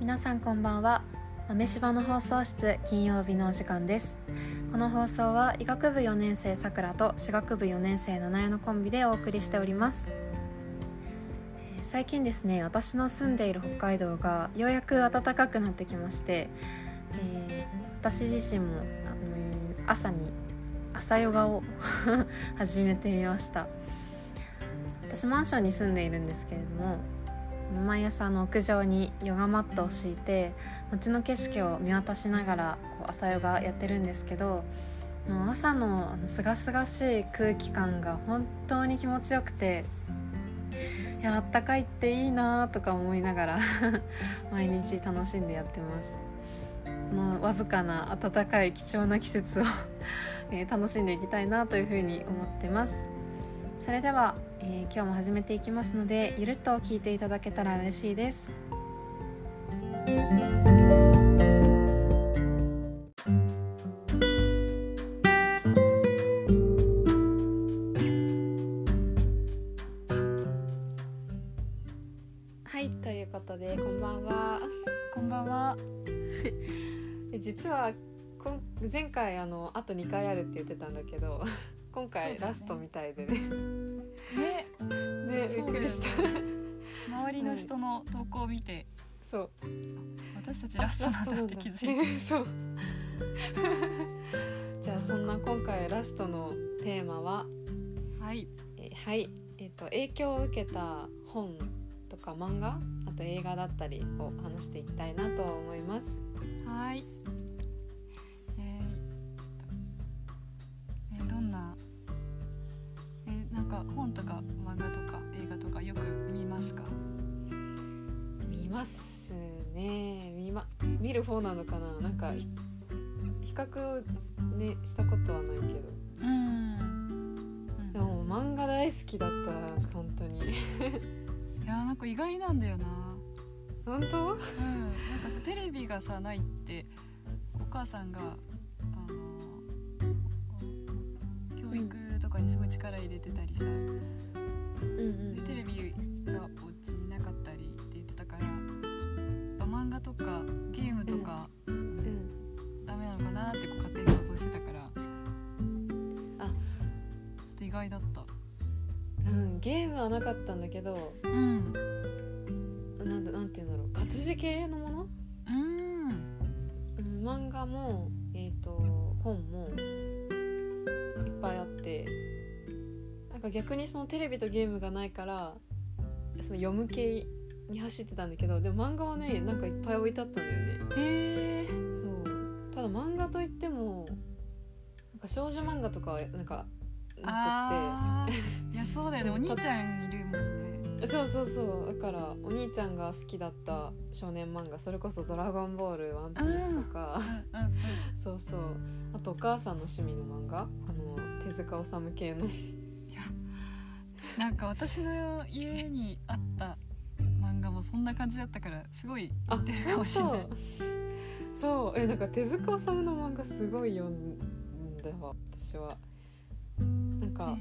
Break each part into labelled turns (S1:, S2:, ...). S1: 皆さんこんばんは豆柴の放送室金曜日のお時間ですこの放送は医学部4年生さくらと歯学部4年生七重のコンビでお送りしておりますえー最近ですね私の住んでいる北海道がようやく暖かくなってきまして、えー私自身も、あのー朝に朝ヨガを 始めてみました私マンションに住んでいるんですけれども毎朝あの屋上にヨガマットを敷いて街の景色を見渡しながらこう朝ヨガやってるんですけどあの朝のあの清々しい空気感が本当に気持ちよくていやあったかいっていいなとか思いながら 毎日楽しんでやってますこのわずかな暖かい貴重な季節をえー楽しんでいきたいなというふうに思ってますそれでは、えー今日も始めていきますのでゆるっと聞いていただけたら嬉しいですはいということでこんばんは
S2: こんばんは。
S1: え実はこん前回あのあと2回あるって言ってたんだけど今
S2: そ
S1: 回
S2: うだね
S1: ラストみたいでね
S2: ね、
S1: ね
S2: そ
S1: びっ
S2: うだよね
S1: くりした
S2: 周りの人の投稿を見て、
S1: そう
S2: 私たち
S1: あ
S2: ラストなんだって気づいて。
S1: て そうじゃあそんな今回ラストのテーマは
S2: はい。
S1: えはいえっと影響を受けた本とか漫画あと映画だったりを話していきたいなと思います
S2: はい。えーえーどんな。えーなんか本とか漫画とか映画とかよく見ますか。
S1: 見ますね見,、ま、見る方なのかななんかひ比較ねしたことはないけど
S2: うん。
S1: でも漫画大好きだった本当に
S2: いやーなんか意外なんだよな。
S1: 本当
S2: うん。なんかさテレビがさないってお母さんがあの教育とかにすごい力入れてたりさ。
S1: うんうん
S2: でテレビがお家になかったりって言ってたからやっぱ漫画とかゲームとか
S1: うん
S2: ダメなのかなってこう勝手に想像してたから
S1: あ
S2: そうちょっと意外だった
S1: うん、ゲームはなかったんだけど
S2: うん
S1: なんだなんていうんだろう活字系のもの、
S2: うん
S1: うん、漫画も、えー、と本もいっぱいあってなんか逆にそのテレビとゲームがないからその読む系に走ってたんだけどでも漫画はねなんかいっぱい置いてあったんだよね
S2: へえ
S1: そうただ漫画といってもなんか少女漫画とかはなんかな
S2: あーいやそうだよねお
S1: うん
S2: 兄ちゃんいるもんね
S1: くてそうそうそうだからお兄ちゃんが好きだった少年漫画それこそ「ドラゴンボール」「ワンピース」とか。
S2: う んうん
S1: そうそうあとお母さんの趣味の漫画あの手塚治虫系の
S2: なんか私の家にあった漫画もそんな感じだったからすごい
S1: あ
S2: 似てるかもしれない
S1: そうえなんか手塚治虫の漫画すごい読んだわ私はなん
S2: へ
S1: か
S2: ー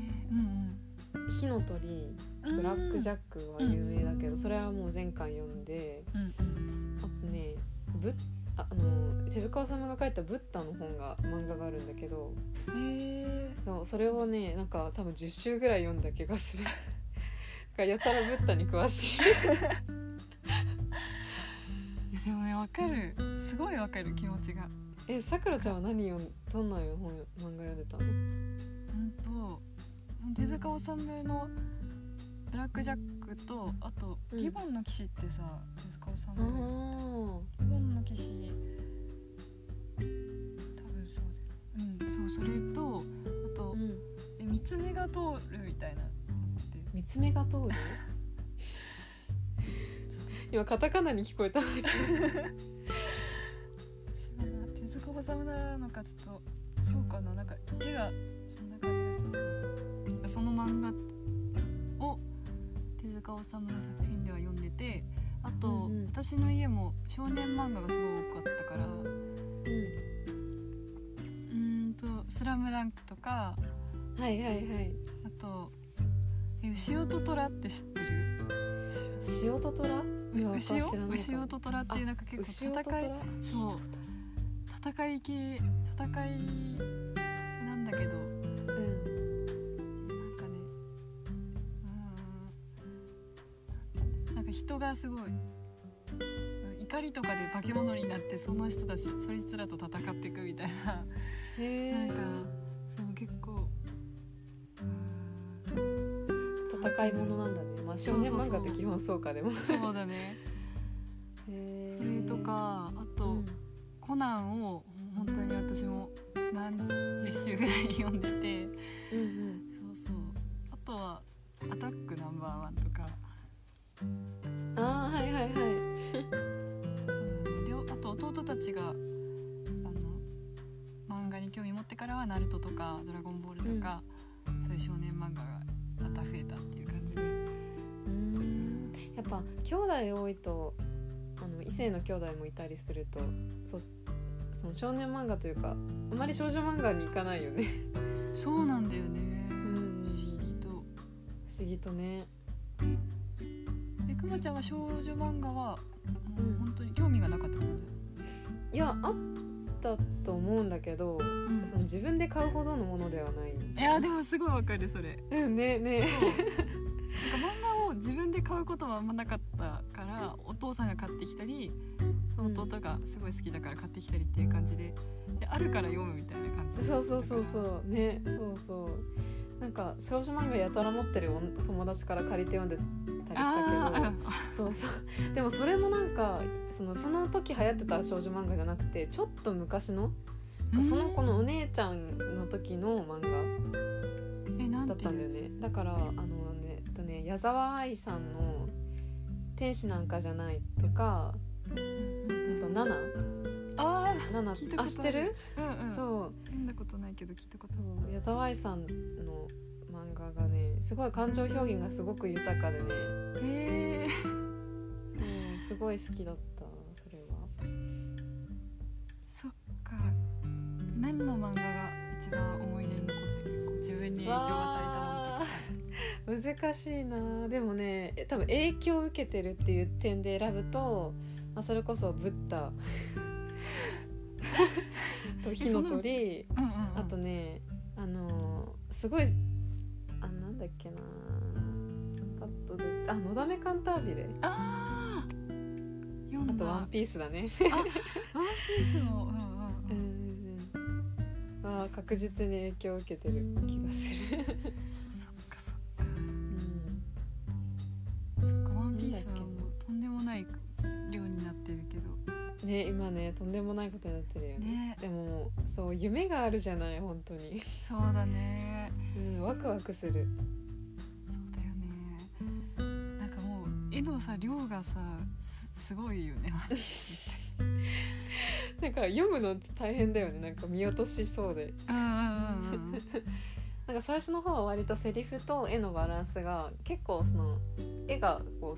S2: う
S1: 「
S2: ん
S1: 火の鳥」「
S2: うん
S1: ブラック・ジャ
S2: ッ
S1: ック」は有名だけどそれはもう前回読んで
S2: クうんうん
S1: あとねぶああの手塚治虫が書いた「ブッダ」の本が漫画があるんだけど
S2: へ
S1: そうそれをねなんか多分10週ぐらい読んだ気がする なんかやたらブッダに詳しい
S2: えいやでもねわかるすごいわかる気持ちが
S1: えさくらちゃんは何読んどんな本漫画読んでたの
S2: うんと手塚治虫の「ブラック・ジャックと」あと「
S1: うん
S2: リボンの騎士」ってさ手塚治虫の
S1: あ
S2: 「リボンの騎士」多分そうだようんそうそれとあ
S1: あ
S2: と
S1: うん
S2: 「え三つ目が通る」みたいなのって
S1: 三つ目が通る 今カタカナに聞こえたんだけど
S2: 私はな手塚治虫なのかちょっとそうかななんか絵がそんな感じがするその漫画を手塚治虫の作品では読んでてあと、
S1: うんうん
S2: 私の家も少年漫画がすごい多かったからうーんと「スラムダンクとか
S1: はいはいはい
S2: あと「え牛音虎」って知ってる知らな
S1: 塩
S2: い
S1: と虎いや
S2: 牛
S1: 知ら
S2: 尾
S1: ないか
S2: 牛
S1: も
S2: 尾と虎っていうなんか結構戦いそう戦い系戦いなんだけ
S1: う
S2: ど
S1: ん
S2: なんかねうーんなんか人がすごい怒りとかで化け物になってその人たちそいつらと戦っていくみたいな
S1: へ
S2: なん
S1: え
S2: かそう結構うーん
S1: 戦いものなんだねまあ少年漫画って基本そうかでも
S2: そうだね
S1: へ
S2: それ
S1: ー
S2: とかあ
S1: う
S2: と、
S1: ん
S2: コナンを本当に私も何十週ぐらい読んでて
S1: うん
S2: そうそうあとは「アタックナンバーワン」とか
S1: うんああはいはいはい
S2: そうだねであと弟たちがあの漫画に興味持ってからは「ナルトとか「ドラゴンボール」とか、そういう少年漫画がまた増えたっていう感じで、
S1: うんやっぱ兄弟多いとあの異性の兄弟もいたりするとそその少年漫画というかあまり少女漫画に行かないよね
S2: そうなんだよね、
S1: ん
S2: 不思議と。
S1: 不思議とね
S2: えくまちゃんは少女漫画はも
S1: う
S2: うん本当に興味がなかった感
S1: い
S2: じ
S1: やあったと思うんだけど
S2: うん
S1: その自分で買うほどのものではない
S2: いやでもすごいわかるそれ
S1: うんねね
S2: なんか漫画を自分で買うことはあんまなかったからお父さんが買ってきたり
S1: うん
S2: 弟がすごい好きだから買ってきたりっていう感じでであるから読むみたいな感じ
S1: そうそうそうそうねそうそうなんか少女漫画やたら持ってる女友達から借りて読んでたりしたけど
S2: あ
S1: そうそうでもそれもなんかそのその時流行ってた少女漫画じゃなくてちょっと昔の
S2: ー
S1: その子のお姉ちゃんの時の漫画
S2: えなん
S1: だってたんだよ
S2: いう
S1: ねだからあのねえっとね矢沢愛さんの「天使なんかじゃない」とか「うんとナナ」
S2: あ
S1: ナナって
S2: 聞いたことあ
S1: あ
S2: る
S1: 知ってる、
S2: あうんうんう
S1: そう
S2: 読んだことないけど聞いたことあ
S1: そう矢沢愛さんの漫画がねすごい感情表現がすごく豊かでね、
S2: るへえ
S1: うん、すごい好きだったそれは
S2: そっか何の漫画が一番思い出に残ってるこう自分に影響を与えたものとか
S1: わあ難しいなでもねえ多分影響を受けてるっていう点で選ぶと、まあ、それこそブッ ダと火の鳥
S2: うんうんうん
S1: あとねあのーすごいあなんだっけなパッとであのだめカンタービレ
S2: ああ読んだ
S1: あと「ワンピースだね
S2: あワンピースも、うんうん
S1: う
S2: うんん、
S1: うんうん、は確実に影響を受けてる気がする。
S2: そっかそっかそっかワンピースはもうとんでもない量になってるけど
S1: ね今ねとんでもないことになってるよね。
S2: ね
S1: でもそう夢があるじゃない本当に、
S2: そうだね
S1: うん、ワクワクする。
S2: そうだよねなんかもう絵のさ量がさすすごいよねワンピースって
S1: なんか読むの大変だよねなんか見落としそうで。
S2: うんうんうんうん
S1: なんか最初の方は割とセリフと絵のバランスが結構その絵がこ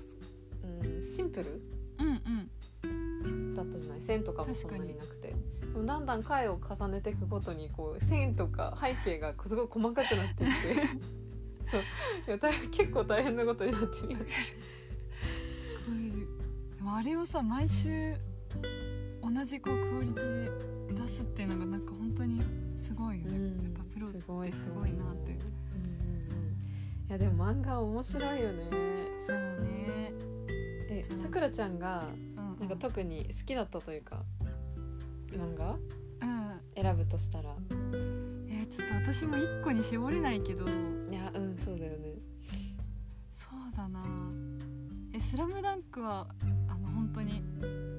S1: う、うん、シンプル
S2: うんうん
S1: だったじゃない線とかもそんな
S2: 確か
S1: に
S2: に
S1: なくてでもだんだん回を重ねていくごとにこう線とか背景がすごい細かくなっていって そういや大結構大変なことになってるよ
S2: すごいでもあれをさ毎週同じこうクオリティで出すっていうのがなんか本当にすごいよね、
S1: うん
S2: やっぱプロって
S1: す
S2: す
S1: ご
S2: ご
S1: い
S2: い
S1: と思う
S2: なって
S1: いやでも漫画面白いよね
S2: そうね
S1: え
S2: そう
S1: さくらちゃんが
S2: うん
S1: なんか特に好きだったというか漫画
S2: うん
S1: 選ぶとしたら
S2: えー、ちょっと私も一個に絞れないけど
S1: いやうんそうだよね
S2: そうだなえ「スラムダンクはあの本当に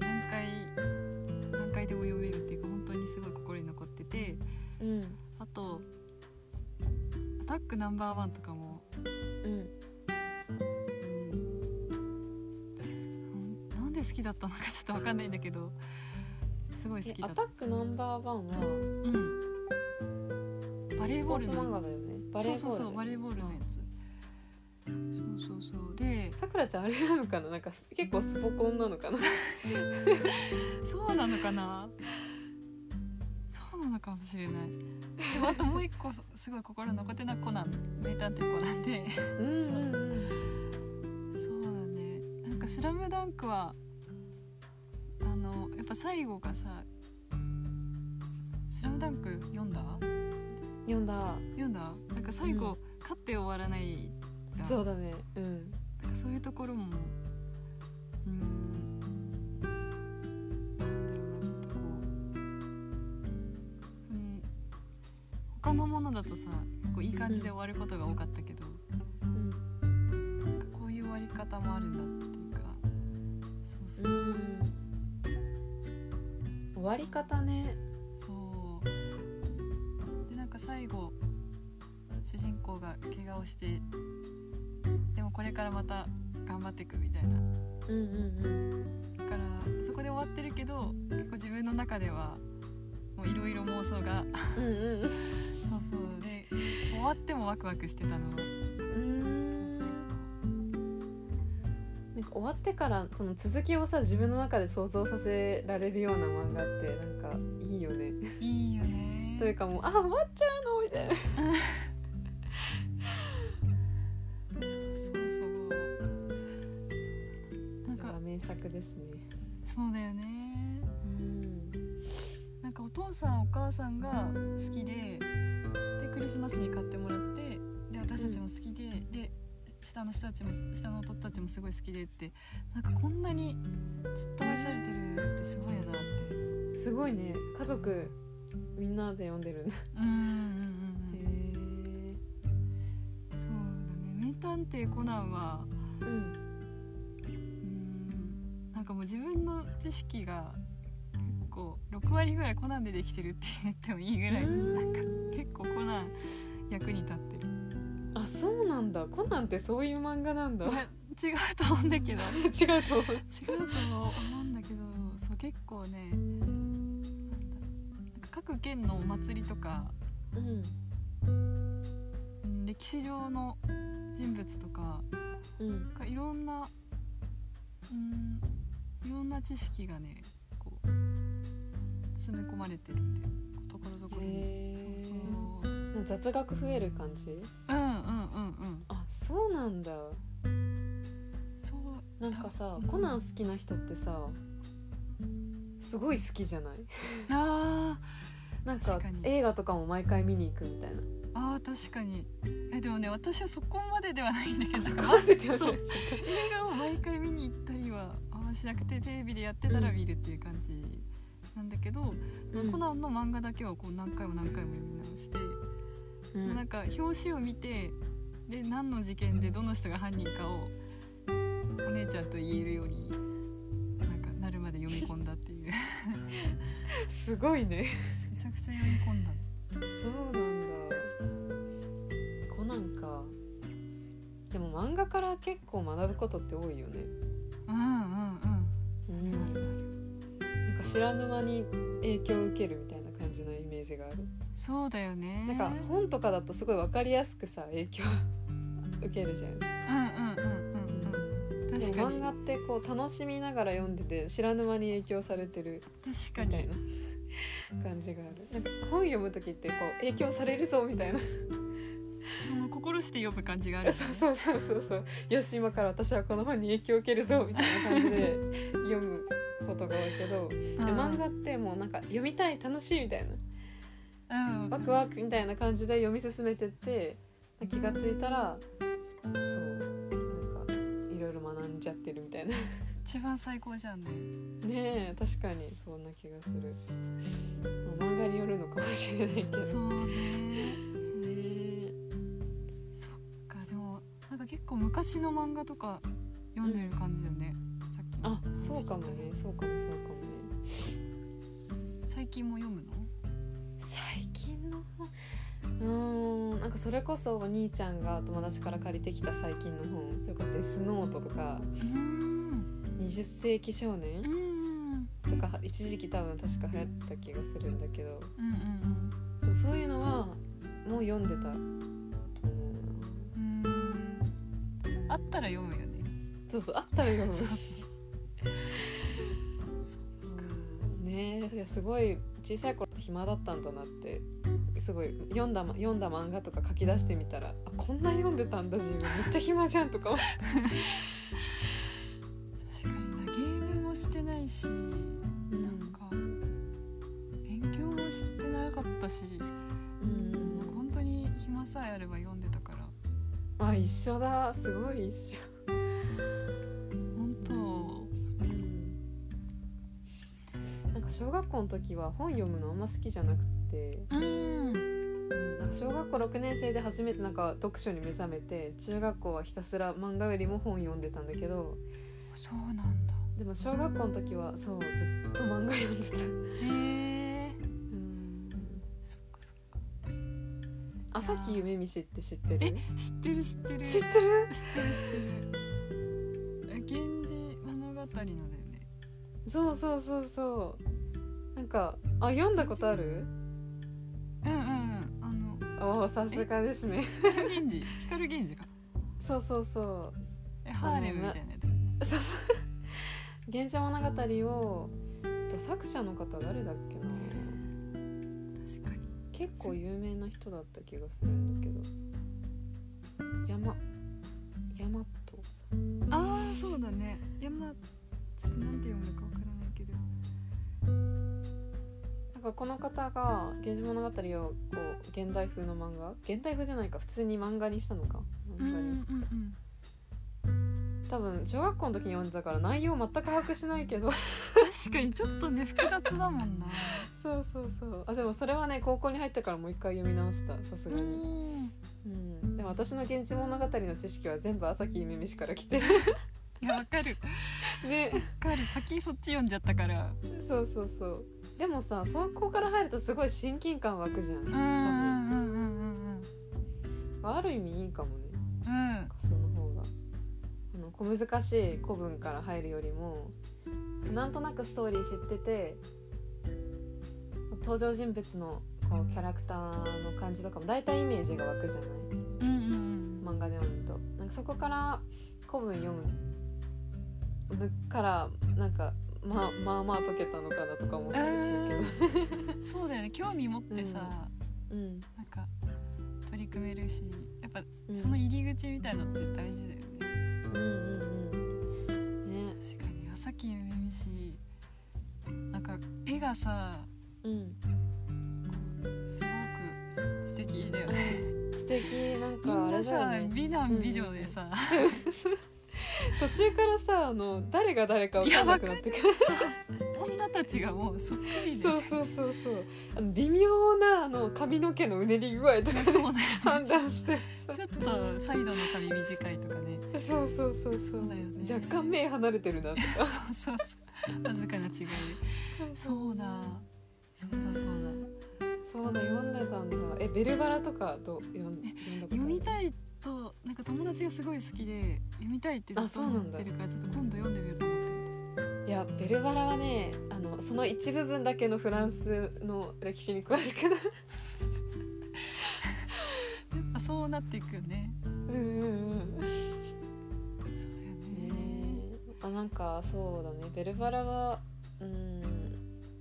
S2: 何回何回でも読めるっていうか本当にすごい心に残ってて
S1: うん
S2: あと「アタックナンバーワン」とかも、
S1: うん
S2: うんなんで好きだったのか ちょっと分かんないんだけどすごい好
S1: え
S2: きだ
S1: ア
S2: っ
S1: タ
S2: た、
S1: ックナンバーワンは
S2: うん、バレ
S1: ス
S2: ーボ
S1: ポ
S2: ー
S1: ー
S2: ル
S1: ツ
S2: の
S1: 漫画だよねバレーボールだよね
S2: そうそうそうバレーボールのやつそうそうそうで
S1: さくらちゃんあれなのかな なんか結構スポコンなのか な
S2: そうなのかなそうなのかもしれないでもあともう一個すごい心残ってるのはコナン名探偵コナンで
S1: うんうんうん
S2: そうだねなんかか「スラムダンクはあのやっぱ最後がさ「スラムダンク読んだ
S1: 読んだ
S2: 読んだなんか最後、勝って終わらないじゃん
S1: そうだねうん
S2: なんかそういうところもうーんなんだろうなちょっとこう、うん、他のものだとさこういい感じで終わることが多かったけど、
S1: うん
S2: なんかこういう終わり方もあるんだっていうかそうそう
S1: 終わり方ね
S2: そうでなんか最後主人公が怪我をしてでもこれからまた頑張っていくみたいな
S1: うんうん
S2: だからそこで終わってるけど結構自分の中ではもういろいろ妄想が
S1: うんうんうん
S2: そうそうで終わってもワクワクしてたのそ
S1: う
S2: う
S1: ん
S2: そう
S1: なんか終わってからその続きをさ自分の中で想像させられるような漫画ってなんかいいよね
S2: そういいよね
S1: というかもうあ終わっちゃうのみたいな
S2: そうそうなんか
S1: 名作ですね
S2: そうだよね
S1: うん
S2: なんかお父さんお母さんが好きででクリスマスに買ってもらってで私たちも好きで、で下の人たちも下の弟たちもすごい好きでってなんかこんなにずっと愛されてるってすごいよなって
S1: すごいね家族みんなで読んでるんだ
S2: うんうんうんうん
S1: え
S2: そうだね名探偵コナンは
S1: うん
S2: うんなんかもう自分の知識が結構6割ぐらいコナンでできてるって言ってもいいぐらい
S1: うん
S2: なんか結構コナン役に立ってる
S1: あそうなんだコナンってそういう漫画なんだ違
S2: まあ違うと思うんだけど
S1: うと思う
S2: 違うと思うんだけどそう結構ねなんだなんか各県のお祭りとか、
S1: うん
S2: うん歴史上の人物とか
S1: うん
S2: なんかいろんなうんいろんな知識がねこう詰め込まれてるんでところどころに
S1: へー
S2: そうそううん
S1: 雑学増える感じ
S2: うんうんうん
S1: あそうなんだ
S2: そう
S1: なんかさ
S2: うん
S1: コナン好きな人ってさすごい好きじゃない
S2: あー
S1: なんか
S2: 確かに
S1: 映画とかも毎回見に行くみたいな
S2: あー確かにえでもね私はそこまでではないんだけど
S1: あ そこ
S2: なんか
S1: までだよね
S2: そ
S1: そ
S2: う
S1: っか
S2: 映画を毎回見に行ったりはあんましなくてテレビでやってたら見るっていう感じなんだけど、
S1: うん
S2: コナンの漫画だけはこう何回も何回も読み直して、
S1: う
S2: もうなん
S1: ん
S2: か表紙を見てで何の事件でどの人が犯人かをお姉ちゃんと言えるようになんかなるまで読み込んだっていう め
S1: すごいね
S2: ちゃくちゃ読み込んだ
S1: そうなんだコナンかでも漫画から結構学ぶことって多いよね
S2: うん
S1: うん
S2: うんうん、
S1: なんか知らぬ間に影響を受けるみたいな感じのイメージがある
S2: そうだよね
S1: なんか本とかだとすごい分かりやすくさ影響受けるじゃん、
S2: うんうんうんうんうん
S1: で
S2: 確
S1: も
S2: か
S1: 漫
S2: に
S1: 画ってこう楽しみながら読んでて知らぬ間に影響されてる
S2: 確か
S1: みたい
S2: に
S1: な感じがあるなんか本読む時ってこう影響されるぞみたいな
S2: その心して読む感じがあるよね
S1: そうそうそうそうそうよし今から私はこの本に影響を受けるぞみたいな感じで読むことが多いけどで
S2: うん
S1: 漫画ってもうなんか読みたい楽しいみたいな
S2: うん
S1: ワクワクみたいな感じで読み進めてって気がついたらそうなんかいろいろ学んじゃってるみたいなね
S2: 一番最高じゃんね
S1: え確かにそんな気がするまあ漫画によるのかもしれないけどね
S2: そうね
S1: え
S2: そっかでもなんか結構昔の漫画とか読んでる感じだよね、さっきの
S1: あそうかもねそうかもそうかもね
S2: 最近も読むの
S1: 最近の本うーんなんかそれこそお兄ちゃんが友達から借りてきた最近の本それこそ「デスノート」とか
S2: うーん
S1: 「20世紀少年」
S2: うんうん
S1: とか一時期多分確か流行った気がするんだけど
S2: うんうん
S1: そういうのはもう読んでたと思う
S2: うんうーんあったら読むよね
S1: なそうそうあったら読む
S2: そう
S1: うんねえいやすごい小さい頃って暇だったんだなってすごい読んだ読んだ漫画とか書き出してみたらあこんな読んでたんだ自分めっちゃ暇じゃんとか思って
S2: ったし、
S1: う
S2: なんか
S1: ん
S2: 本当に暇さえあれば読んでたから
S1: あ一緒だすごい一緒
S2: 本当
S1: なんか小学校の時は本読むのあんま好きじゃなくて
S2: うん
S1: なんか小学校6年生で初めてなんか読書に目覚めて中学校はひたすら漫画よりも本読んでたんだけど
S2: そうなんだ
S1: でも小学校の時はそうずっと漫画読んでた
S2: へえ
S1: うん
S2: そっかそっか
S1: 朝木夢見しって知ってる
S2: 知ってる知ってる
S1: 知ってる
S2: 知ってる知ってる源氏物語のだよね
S1: そうそうそうそうなんかあ読んだことある
S2: うんうんうんあの
S1: ああさすがですね
S2: 光源氏光源氏か
S1: そうそうそう
S2: えハーレムみたいなやつだよね
S1: そうそう「源氏物語を」えっと作者の方誰だっけな
S2: 確かに
S1: 結構有名な人だった気がするんだけど山山とさん
S2: ああそうだね山ちょっとなんて読むかわからないけど
S1: なんかこの方が「源氏物語」をこう現代風の漫画現代風じゃないか普通に漫画にしたのか漫画にした
S2: ん
S1: 多分小学校の時に読んでたから内容全く把握しないけど
S2: 確かにちょっとね複雑だもんな
S1: そうそうそうあでもそれはね高校に入ってからもう一回読み直したさすがに。うん、でも私の「源氏物語」の知識は全部朝木ゆめみしから来てる
S2: いやわかる
S1: ね
S2: わかる先そっち読んじゃったから
S1: そうそうそうでもさそこから入るとすごい親近感湧くじゃ
S2: うんんうんうんうん
S1: ある意味いいかもね
S2: うんうん
S1: その方があの小難しい古文から入るよりもなんとなくストーリー知ってて登場人物のこうキャラクターの感じとかも大体イメージが湧くじゃない
S2: うんうん
S1: 漫画で読むとなんかそこから古文読むからなんかまあまあまあ解けたのかなとか思ったりするけど、
S2: うんそうだよね興味持ってさ、
S1: うん
S2: なんか取り組めるしやっぱ
S1: うん、
S2: その入り口みたいのって大事だよね、
S1: うんうんうんね
S2: 確かに朝木夢見しなんか絵がさ
S1: うん
S2: すごく素敵だよね
S1: 素敵なん
S2: み
S1: かあれ
S2: んな
S1: だよ
S2: さ、
S1: ね
S2: 美男美女でさ、
S1: 途中からさあの誰が誰か分かんなくなってくる
S2: 女たちがもうそっくりで
S1: そうそうそうそうあの微妙なあの髪の毛のうねり具合 とか
S2: そうだ
S1: で
S2: よね
S1: 判断して
S2: ちょっとサイドの髪短いとかね
S1: そうそうそうそう
S2: そうだよね
S1: 若干目離れてるなとか
S2: そうそうわずかな違いでそうだそうだそうだ
S1: そうだ読んでたんだえベルバラとかと読ん読んだことある
S2: 読みたいとなんか友達がすごい好きで読みたいってずっ
S1: あ
S2: と
S1: そうな
S2: 思っ
S1: んだ
S2: てるからちょっと今度読んでみようと思っ
S1: い
S2: て
S1: やベルバラはねあのその一部分だけのフランスの歴史に詳しくなる
S2: やっぱそうなっていくよね
S1: うんうんうんね
S2: そうだよね
S1: えあなんかそうだねベルバラはうん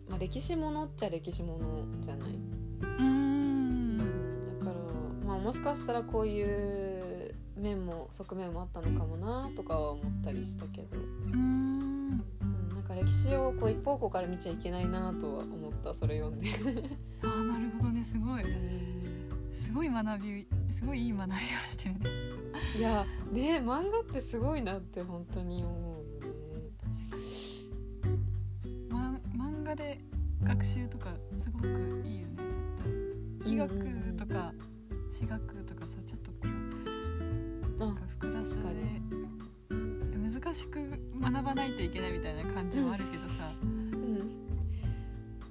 S1: まあ歴史ものっちゃ歴史ものじゃないう
S2: ーん
S1: だからまあもしかしたらこういう面も側面もあったのかもなとかは思ったりしたけど、
S2: うーん
S1: うん、なんか歴史をこう一方向から見ちゃいけないなとは思ったそれ読んで。
S2: あーなるほどねすごいすごい学びすごいいい学びをしてるね
S1: いやね漫画ってすごいなって本当に思うよね。
S2: ま漫画で学習とかすごくいいよね絶対医
S1: うんうんうん
S2: 学とか私学とかさちょっとこうなん
S1: あ
S2: か複雑
S1: 確か
S2: で難しく学ばないといけないみたいな感じもあるけどさ、
S1: うん、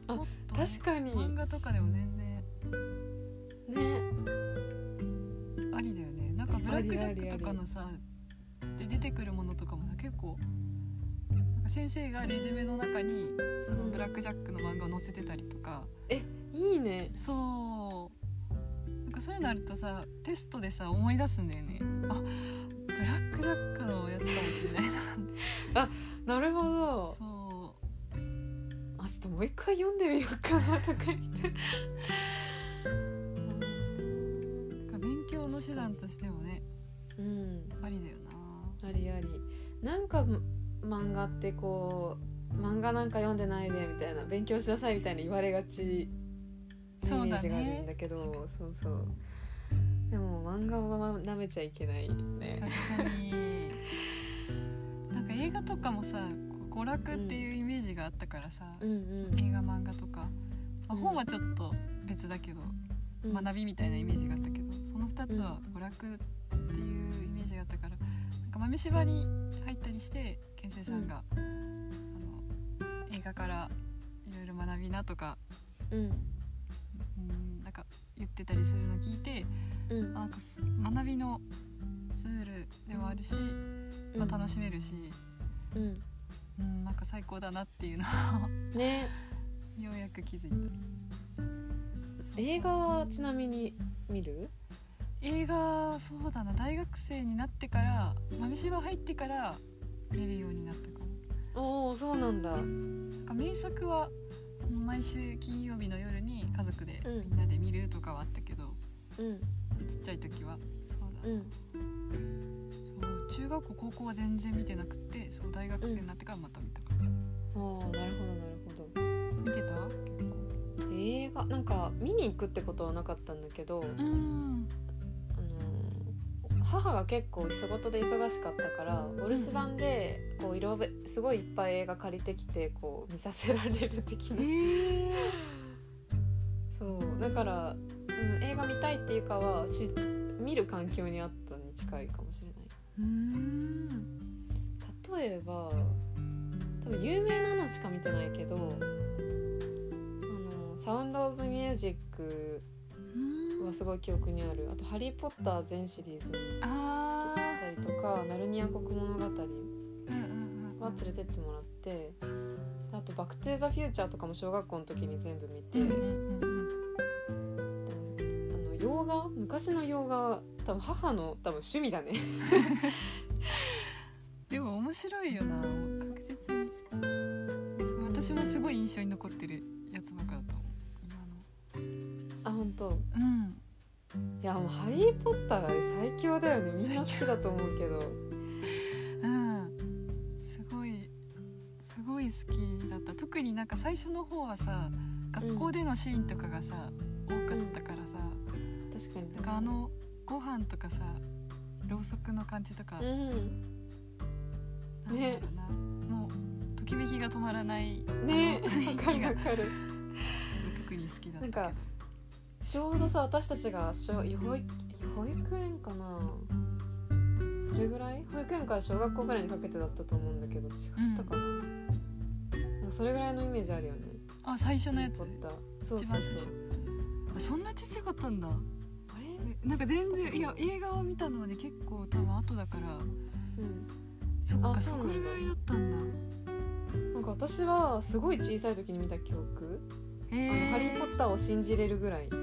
S1: あ
S2: もっと
S1: 確かに
S2: 漫画とかでも全然
S1: ね
S2: ありだよねなんかブラックジャ
S1: ありありあり
S2: ックとかのさで出てくるものとかもさ結構なんか先生がレジュメの中にそのブラックジャックの漫画を載せてたりとか、
S1: いいね
S2: そうなんかそういうのあるとさテストでさ思い出すんだよねあブラックジャックのやつかもしれないな
S1: なるほど
S2: そ
S1: あちょっともう一回読んでみようかなとか言って
S2: うなんか勉強の手段としてもね
S1: うん
S2: ありだよ
S1: ありありなんか漫画ってこう漫画なんか読んでないでみたいな勉強しなさいみたいに言われがち
S2: そうだ
S1: イメー
S2: ね
S1: ジがあるんだけどそう,、そうでも漫画は舐めちゃいけないね
S2: 確かに なんか映画とかもさこう娯楽っていうイメージがあったからさ、
S1: うん
S2: 映画漫画とか、まあ
S1: うん
S2: 本はちょっと別だけど、
S1: うん
S2: 学びみたいなイメージがあったけどその2つは娯楽っていうイメージがあったからなんか豆柴に入ったりして健生さんが、あの映画からいろいろ学びなとか
S1: うん
S2: うんなんか言ってたりするのを聞いて
S1: うん
S2: なんかす学びのツールでもあるし、まあ、楽しめるし、
S1: うん
S2: うん、なんか最高だなっていうのを
S1: ね
S2: ようやく気づいた
S1: 映画はちなみに見る
S2: 映画そうだな大学生になってから豆柴入ってから見るようになったかも
S1: おおそうなんだうん
S2: なんか名作はその毎週金曜日の夜に家族で
S1: うん
S2: みんなで見るとかはあったけど、ちっちゃい時はそうだ
S1: う
S2: な、
S1: ん
S2: そう中学校高校は全然見てなくてそう大学生になってからまた見たかも、
S1: おーなるほどなるほど
S2: 見てた結構
S1: 映画なんか見に行くってことはなかったんだけど、あ
S2: うん
S1: の母が結構仕事で忙しかったからお留守番でこういろべすごいいっぱい映画借りてきてこう見させられる的
S2: え
S1: なそうだから、うん、映画見たいっていうかはし見る環境にあったに近いかもしれない。
S2: うん
S1: 例えば多分有名なのしか見てないけどあの「サウンド・オブ・ミュージック」
S2: うん
S1: はすごい記憶にあるあと「ハリー・ポッター」全シリーズに行
S2: あ
S1: っ
S2: あ
S1: たりとか「ナルニア国物語」
S2: うんうんうん
S1: は連れてってもらってあと「バック・トゥ・ザ・フューチャー」とかも小学校の時に全部見て、
S2: うんうんうんうん
S1: あの洋画昔の洋画多分母の多分趣味だね
S2: でも面白いよな確実にそう私もすごい印象に残ってるやつばっかだと思う
S1: あ本当
S2: 今の
S1: いやもう「ハリー・ポッター」あれ最強だよねみんな好きだと思うけど
S2: うんうんすごいすごい好きだった特になんか最初の方はさ学校でのシーンとかがさ、多かったからさ、
S1: 確かに
S2: なんかあのご飯とかさろうそくの感じとか、
S1: うん
S2: なんだろうなもうときめきが止まらない
S1: ね
S2: あの雰囲
S1: わか
S2: 気
S1: る
S2: が
S1: わかる
S2: 特に好きだった
S1: な
S2: け
S1: ん
S2: ど
S1: かちょうどさ私たちが小保育保育園かなそれぐらい保育園から小学校ぐらいにかけてだったと思うんだけど違ったかな,、なんかそれぐらいのイメージあるよね
S2: あ最初のやつ
S1: 撮ったそうそうそう
S2: あそんなちっちゃかったんだ
S1: あれ、
S2: えなんか全然いや映画を見たのはね結構多分後だから
S1: う
S2: そっか
S1: あ
S2: そ
S1: そうなん
S2: こ
S1: だ
S2: ぐらいだったんだ
S1: ん、なんか私はすごい小さい時に見た記憶
S2: へ
S1: 「あの
S2: え
S1: ハリー・ポッター」を信じれるぐらいの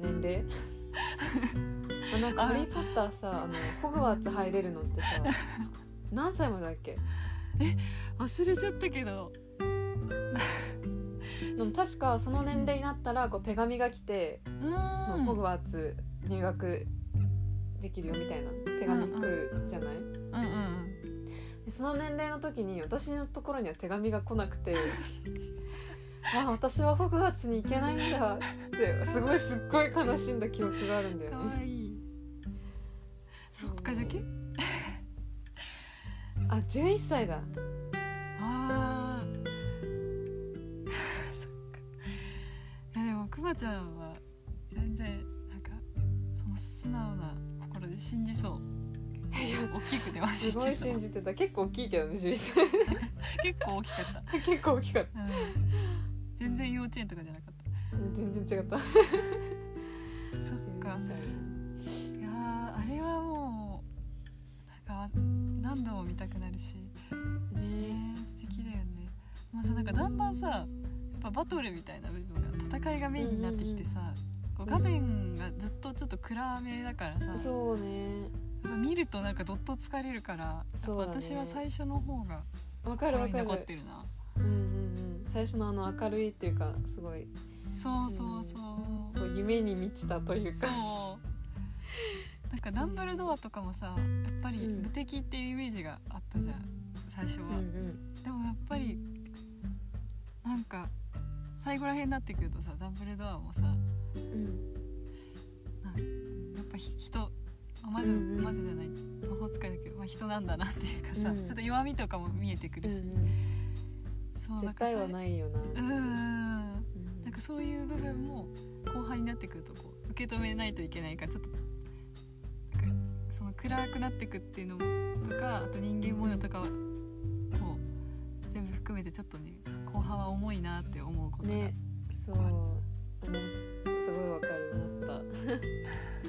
S1: 年齢 あなんか「ハリー・ポッターさ」あのホグワーツ入れるのってさ何歳までだっけ
S2: 忘れちゃったけど
S1: でも確かその年齢になったらこう手紙が来て
S2: う
S1: そ
S2: ー
S1: の
S2: ん
S1: ホグワーツ入学できるよみたいな手紙来るじゃない、
S2: うんうん
S1: でその年齢の時に私のところには手紙が来なくて あ私はホグワーツに行けないんだってすごいすっごい悲しんだ記憶があるんだよ
S2: か
S1: ね
S2: わいいそっかじゃあけ
S1: あ11歳だ
S2: あー そっかいやでもくまちゃんは全然なんかその素直な心で信じそう 大きくては信
S1: すご
S2: じ
S1: い
S2: そう
S1: 信じてた結構大きいけどね11歳
S2: 結構大きかった
S1: 結構大きかった
S2: うん全然幼稚園とかじゃなかっ
S1: 全然違った
S2: たそっか
S1: 11
S2: いやーあれはもうなんか何度も見たくなるし
S1: 歳
S2: え
S1: ね
S2: ー、素敵だよねまあさなんかだんだんさやっぱバトルみたいな部分が戦いがメインになってきてさ、こう画面がずっとちょっと暗めだからさ、やっ
S1: そうね
S2: ぱ見るとなんかどっと疲れるから、やっぱ
S1: そうだね
S2: 私は最初の方が
S1: わかるわ
S2: 心に
S1: か
S2: 残っ
S1: る
S2: てるな
S1: うんうんうん最初のあの明るいっていうかすごい
S2: そうそうそう、
S1: こう夢に満ちたという
S2: そ
S1: か
S2: うなんかダンブルドアとかもさやっぱり
S1: うん
S2: 無敵っていうイメージがあったじゃん最初は、
S1: うん
S2: でもやっぱりなんか最後らへんになってくるとさダンブルドアもさ
S3: うん
S2: やっぱひ人あ魔女
S3: うんうん
S2: 魔女じゃない魔法使いだけど、まあ、人なんだなっていうかさ、
S3: うん
S2: ちょっと弱みとかも見えてくるし、そう
S1: 絶対は
S2: なんか
S1: ないよな、
S2: そううんうんうん
S1: うん
S2: なんかそういう部分も後輩になってくるとこう受け止めないといけないからちょっとなんかその暗くなってくっていうのもとかあと人間模様とかはこう全部含めてちょっとね後半は重いなって思うことが、
S1: ねそううんすごいわかる思った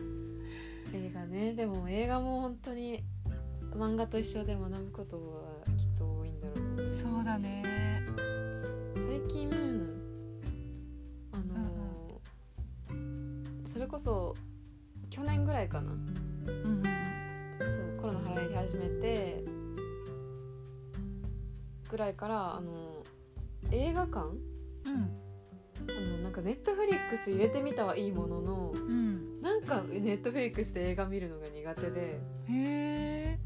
S1: 映画ねでも映画も本当に漫画と一緒で学ぶことはきっと多いんだろう
S2: そうだね
S1: 最近あのーそれこそ去年ぐらいかな
S2: うんうん
S1: そうコロナ払い始めてぐらいからあの映画館
S2: うん
S1: あのなんかネットフリックス入れてみたはいいものの
S2: うん
S1: なんかネットフリックスで映画見るのが苦手で
S2: へえ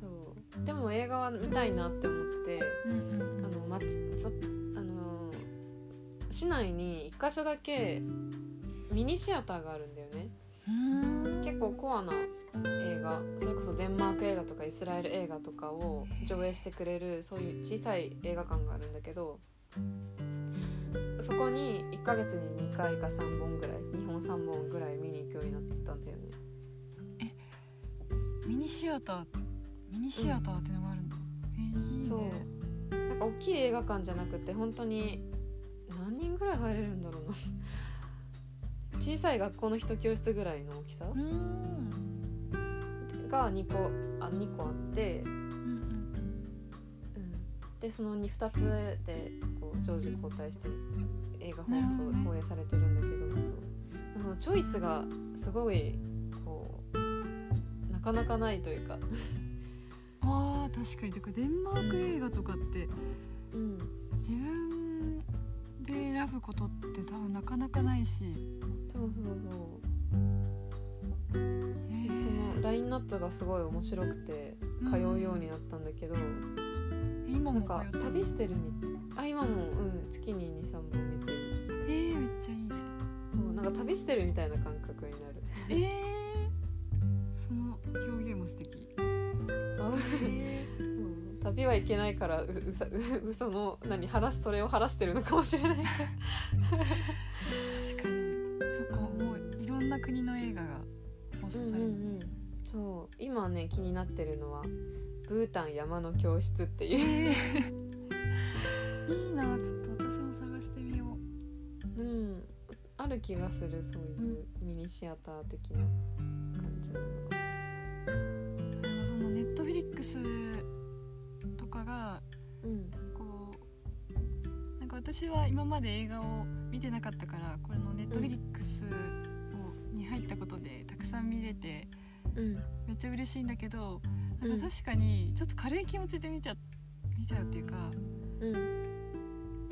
S1: そうでも映画は見たいなって思って
S2: うんうんう
S1: あ
S2: ん
S1: の街そあの市内に1箇所だけミニシアターがあるんだよね
S2: うん
S1: 結構コアな映画それこそデンマーク映画とかイスラエル映画とかを上映してくれるそういう小さい映画館があるんだけどそこに1ヶ月に2回か3本ぐらい2本3本ぐらい見に行くようになったんだよね
S2: ミニシアターミニシアターってのがあるんだ、えいいね
S1: そうなんか大きい映画館じゃなくて本当に何人ぐらい入れるんだろうな小さい学校の一教室ぐらいの大きさ
S2: うん
S1: が2個あ2個あって、
S2: うん
S1: でその 2, 2つでこう常時交代して映画放
S2: なるほ
S1: 送、
S2: どね
S1: 放映されてるんだけどそうなんかそのチョイスがすごいこうなかなかないというか、
S2: あー確かにだからデンマーク映画とかって
S1: うん、
S2: 自分で選ぶことって多分なかなかないし、
S1: そうそうそう
S2: え
S1: そのラインナップがすごい面白くて通うようになったんだけど、
S2: 今
S1: な
S2: も
S1: んか
S2: 通ってる
S1: 旅してるみたいあ今もうん月に23本見てる
S2: えー、めっちゃいいね
S1: もうなんか旅してるみたいな感覚になる
S2: えー、その表現も素敵
S1: あ
S2: えー
S1: うん旅はいけないからううさう嘘の何話すそれを話してるのかもしれない
S2: 確かにそっかもういろんな国の映画が放送される、
S1: そう今ね気になってるのはブータン山の教室っていう
S2: えーいいなちょっと私も探してみよう
S1: うん、ある気がするそういうミニシアター的な感じなのが
S2: でもそのネットフリックスとかが
S1: うん
S2: こうなんか私は今まで映画を見てなかったからこれのネットフリックスに入ったことでたくさん見れて
S1: うん
S2: めっちゃ嬉しいんだけどな
S1: うん
S2: んか確かにちょっと軽い気持ちで見ちゃ見ちゃうっていうか
S1: うん
S2: う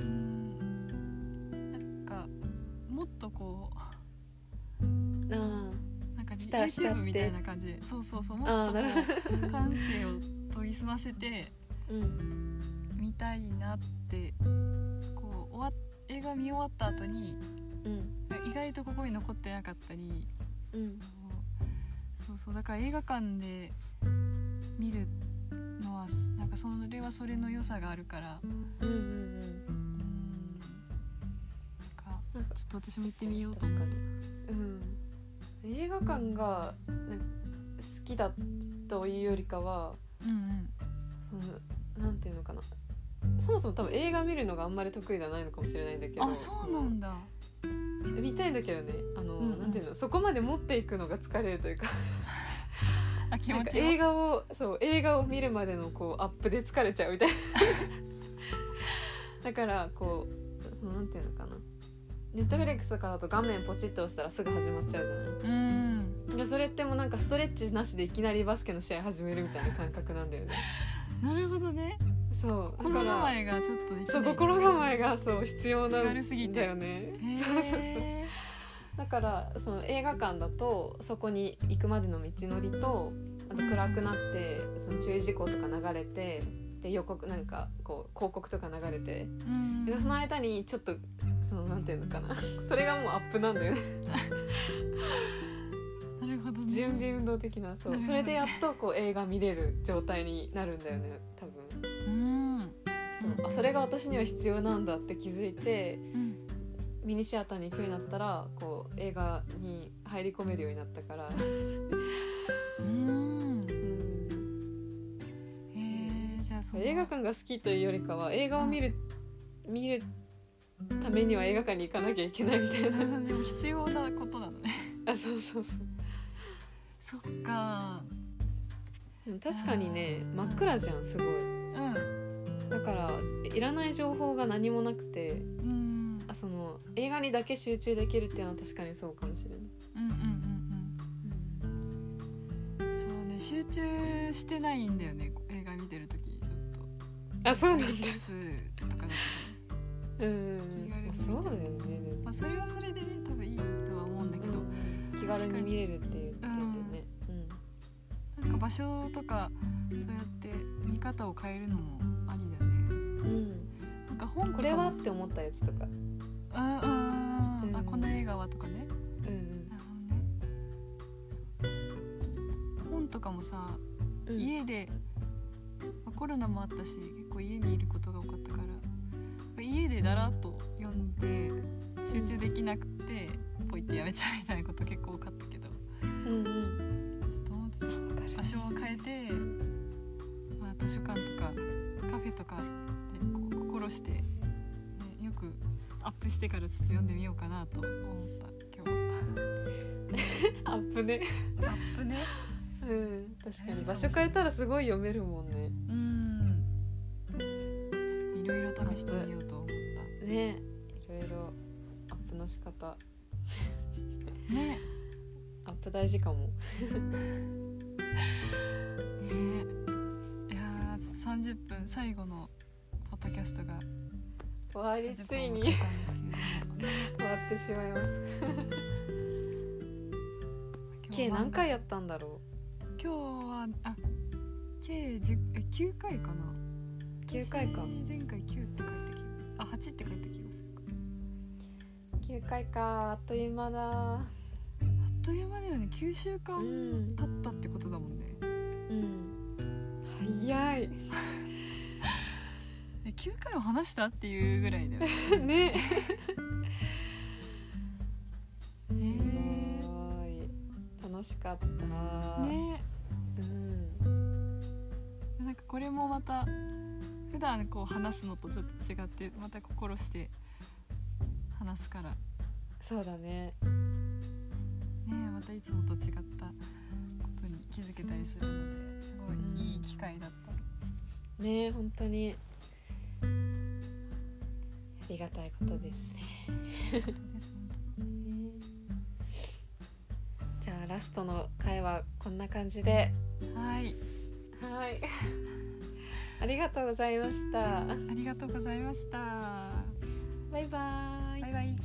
S2: ーんなんかもっとこ
S1: あ
S2: うなんか
S1: 浸浸って
S2: YouTube みたいな感じでそうそうそうも
S1: あー
S2: っとこ
S1: なるほ
S2: う感性を研ぎ澄ませて。
S1: ーうん
S2: 見たいなってこう終わっ映画見終わった後に
S1: うん
S2: 意外とここに残ってなかったり、
S1: うん
S2: そうそうだから映画館で見るのはなんかそれはそれの良さがあるから
S1: うんうん
S2: うんなんか
S1: なんか
S2: ちょっと私も行ってみようと
S1: 確
S2: 思
S1: か
S2: う。
S1: に、うん、映画館がなんか好きだというよりかは
S2: うん
S1: そのなんていうのかなそもそも多分映画見るのがあんまり得意じゃないのかもしれないんだけ
S2: うん、
S1: ど
S2: あそうなんだ
S1: その見たいんだけどねあの、
S2: うんうん
S1: なんていうのそこまで持っていくのが疲れるというか
S2: あ気
S1: なん
S2: 持
S1: か
S2: ち
S1: 映
S2: 映
S1: 画をそう映画を見るまでのこうアップで疲れちゃうみたいな だからこうそのなんていうのかなネットフレックスとかだと画面ポチッと押したらすぐ始まっちゃうじゃない
S2: うん
S1: いやそれってもうなんかストレッチなしでいきなりバスケの試合始めるみたいな感覚なんだよね
S2: なるほどね
S1: そうだ
S2: 心
S1: から
S2: 構えがちょっとできない
S1: そう心構えがそう必要な
S2: 気軽すぎ
S1: ん
S2: て
S1: だよね
S2: へー
S1: そうそうそうだからその映画館だとそこに行くまでの道のりとあと暗くなってその注意事項とか流れてで予告なんかこう広告とか流れて
S2: うん
S1: でその間にちょっとそのなんていうのかな それがもうアップなんだよね
S2: なるほどね
S1: 準備運動的なそう
S2: なるほどね
S1: それでやっとこう映画見れる状態になるんだよね多分
S2: うん
S1: あそれが私には必要なんだって気づいて
S2: うん
S1: ミニシアターに行くようになったらこう映画に入り込めるようになったから、
S2: う
S1: うん、
S2: んへえじゃあその
S1: 映画館が好きというよりかは映画を見る見るためには映画館に行かなきゃいけないみたい
S2: なるほ
S1: な
S2: ど でも必要なことなのね
S1: あそうそうそう
S2: そっか
S1: でも確かにね真っ暗じゃんすごい
S2: うん
S1: だからいらない情報が何もなくて
S2: うん
S1: あその映画にだけ集中できるっていうのは確かにそうかもしれない、
S2: うんうんうんうんそうね集中してないんだよねこう映画見てる時ちょっと
S1: あそうなんだ
S2: ニュースとかだとね
S1: うん
S2: 気軽に見ちゃう
S1: そうだよねでも
S2: まあそれはそれでね多分いいとは思うんだけど、
S1: うん気軽に見れるっていう点でね、
S2: なんか場所とかそうやって見方を変えるのもありだよね
S1: うん
S2: なんか本とかも
S1: これはって思ったやつとか、
S2: あうんうんうんあ
S1: うん
S2: この映画はとかね
S1: うん
S2: なるほどねそう本とかもさ
S1: うん、
S2: 家で、まあコロナもあったし結構家にいることが多かったから家でだらっと読んで集中できなくてポイってやめちゃうみたいなこと結構多かったけどち
S1: うんうん
S2: ょっともうちょっと
S1: わかる
S2: 場所を変えて、まあ、図書館とかカフェとかでこう心して、ね、よくアップしてからちょっと読んでみようかなと思った今日
S1: アップね
S2: アップね
S1: うん確かに場所変えたらすごい読めるもんね
S2: うんいろいろ試してみようと思った
S1: ねいろいろアップの仕方
S2: ね
S1: アップ大事かも
S2: ねいやー30分最後のポッドキャストが
S1: 終わり
S2: 30
S1: つい
S2: 分を
S1: に
S2: 迎え
S1: 終
S2: たんですけれども
S1: わってしまいます
S2: 今日
S1: 計
S2: は
S1: 何回やったんだろ
S2: 今日はあ計10え9回かな
S1: う9回か
S2: 私前回9って書いた気がするあ8って書いた気がするか
S1: 9回かあっという間だ
S2: あっという間だよね9週間
S1: うん
S2: 経ったってことだもんね
S1: うん早い
S2: え9回も話したっていうぐらいだよね
S1: ね
S2: へ
S1: すごい楽しかった
S2: えね
S1: うん
S2: えなんかこれもまた普段こう話すのとちょっと違ってまた心して話すからね
S1: そうだね
S2: えまたいつもと違ったことに気づけたりするのですごいいい機会だった
S1: ね本当にありがたいことですね
S2: ことです本当に
S1: じゃあラストの回はこんな感じで
S2: はい
S1: はい ありがとうございました
S2: ありがとうございました
S1: バイバーイ
S2: バイバイ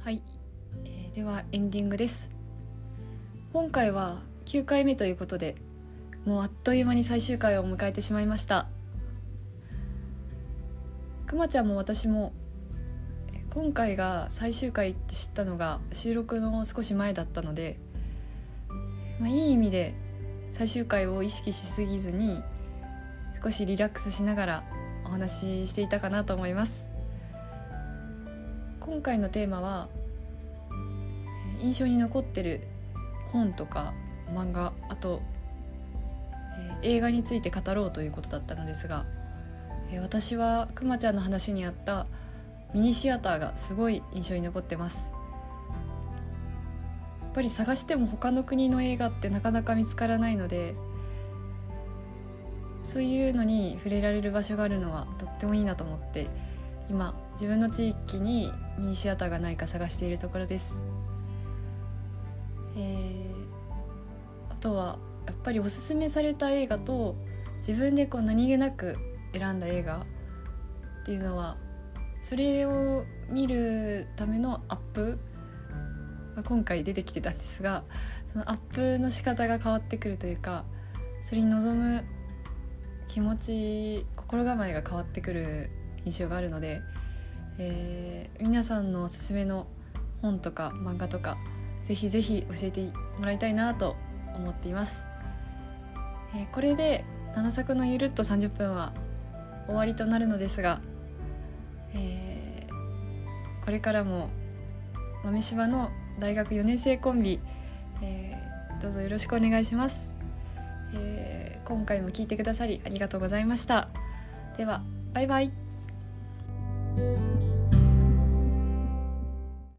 S4: はい、えーではエンディングです今回は9回目ということでもうあっという間に最終回を迎えてしまいましたくまちゃんも私もえー今回が最終回って知ったのが収録の少し前だったので、まあ、いい意味で最終回を意識しすぎずに少しリラックスしながらお話ししていたかなと思います今回のテーマはえー印象に残ってる本とか漫画あと、えー映画について語ろうということだったのですが、えー私はくまちゃんの話にあったミニシアターがすごい印象に残ってますやっぱり探しても他の国の映画ってなかなか見つからないのでそういうのに触れられる場所があるのはとってもいいなと思って今自分の地域にミニシアターがないか探しているところです、えーあとはやっぱりおすすめされた映画と自分でこう何気なく選んだ映画っていうのはそれを見るためのアップが今回出てきてたんですがそのアップの仕方が変わってくるというかそれに臨む気持ち心構えが変わってくる印象があるので、えー皆さんのおすすめの本とか漫画とかぜひぜひ教えてもらいたいなと思っています、えーこれで7作のゆるっと30分は終わりとなるのですが、えーこれからも豆柴の大学4年生コンビ、えーどうぞよろしくお願いします、えー今回も聞いてくださりありがとうございましたではバイバイ